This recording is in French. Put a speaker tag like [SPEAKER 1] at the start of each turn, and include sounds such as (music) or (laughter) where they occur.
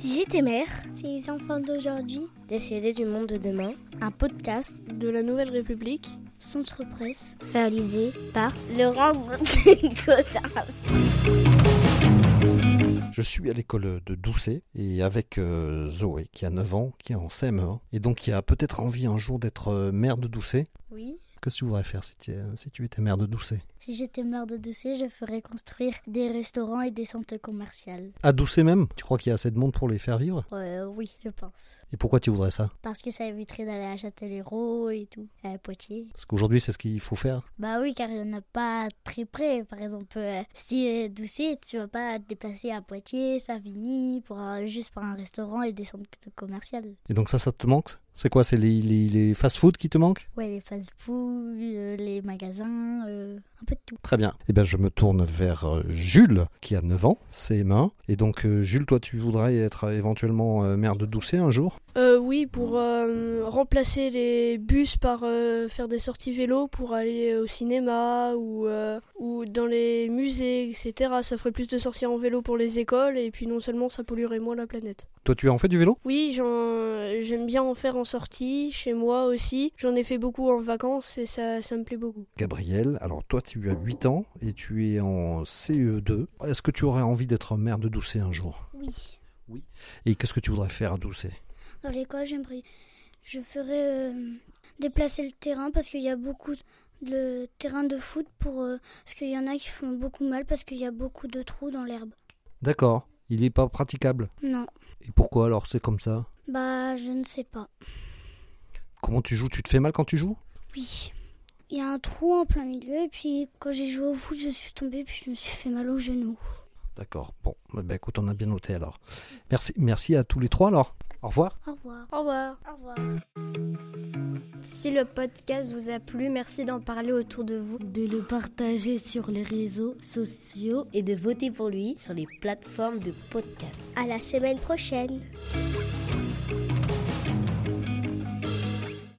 [SPEAKER 1] Minute et Mère,
[SPEAKER 2] C'est les enfants d'aujourd'hui,
[SPEAKER 1] Décédés du monde de demain, un podcast de la Nouvelle République,
[SPEAKER 2] Centre Presse, réalisé par
[SPEAKER 1] Laurent Gaudin.
[SPEAKER 3] Je suis à l'école de Doucet et avec euh, Zoé qui a 9 ans, qui est en CM1 hein. et donc qui a peut-être envie un jour d'être euh, mère de Doucet.
[SPEAKER 2] (laughs) Oui.
[SPEAKER 3] Qu'est-ce que tu voudrais faire si, t'es- euh, si tu étais mère de Doucet
[SPEAKER 2] Si j'étais maire de Doucet, je ferais construire des restaurants et des centres commerciaux.
[SPEAKER 3] À Doucet même Tu crois qu'il y a assez de monde pour les faire vivre
[SPEAKER 2] Euh, oui, je pense.
[SPEAKER 3] Et pourquoi tu voudrais ça
[SPEAKER 2] Parce que ça éviterait d'aller à Châtellerault et tout, à Poitiers.
[SPEAKER 3] Parce qu'aujourd'hui c'est ce qu'il faut faire.
[SPEAKER 2] Bah oui, car il n'y en a pas très près. Par exemple, euh, si euh, Doucet, tu vas pas te déplacer à Poitiers, Savigny, pour, euh, juste pour un restaurant et des centres commerciaux.
[SPEAKER 3] Et donc ça, ça te manque C'est quoi C'est les, les- les fast-food qui te manquent
[SPEAKER 2] Ouais, les fast-food, euh, les magasins, euh, un peu de tout.
[SPEAKER 3] Très bien. Eh bien je me tourne vers euh, Jules qui a 9 ans, CM1. Et donc euh, Jules, toi tu voudrais être euh, éventuellement euh, mère de Doucet un jour
[SPEAKER 4] Euh, oui, pour euh, remplacer les bus par euh, faire des sorties vélo pour aller au cinéma ou, euh, ou dans les musées, etc. Ça ferait plus de sorties en vélo pour les écoles et puis non seulement ça polluerait moins la planète.
[SPEAKER 3] Toi tu en fais du vélo
[SPEAKER 4] Oui, j'en- j'aime bien en faire en sortie, chez moi aussi. J'en ai fait beaucoup en vacances et ça, ça me plaît beaucoup.
[SPEAKER 3] Gabriel, alors toi tu as 8 ans et tu es en CE2. Est-ce que tu aurais envie d'être mère de Doucet un jour
[SPEAKER 2] Oui.
[SPEAKER 3] Et qu'est-ce que tu voudrais faire à Doucet
[SPEAKER 2] Dans l'école, j'aimerais. Je ferais euh, déplacer le terrain parce qu'il y a beaucoup de terrain de foot pour. euh, parce qu'il y en a qui font beaucoup mal parce qu'il y a beaucoup de trous dans l'herbe.
[SPEAKER 3] D'accord, il n'est pas praticable.
[SPEAKER 2] Non.
[SPEAKER 3] Et pourquoi alors c'est comme ça
[SPEAKER 2] Bah, je ne sais pas.
[SPEAKER 3] Comment tu joues Tu te fais mal quand tu joues
[SPEAKER 2] Oui. Il y a un trou en plein milieu et puis quand j'ai joué au foot, je suis tombée puis je me suis fait mal au genou.
[SPEAKER 3] D'accord, bon, eh ben, écoute, on a bien noté alors. Merci, merci à tous les trois alors. Au revoir.
[SPEAKER 2] Au revoir.
[SPEAKER 4] Au revoir.
[SPEAKER 2] Au revoir.
[SPEAKER 1] Si le podcast vous a plu, merci d'en parler autour de vous.
[SPEAKER 5] de le partager sur les réseaux sociaux
[SPEAKER 6] et de voter pour lui sur les plateformes de podcast.
[SPEAKER 2] À la semaine prochaine.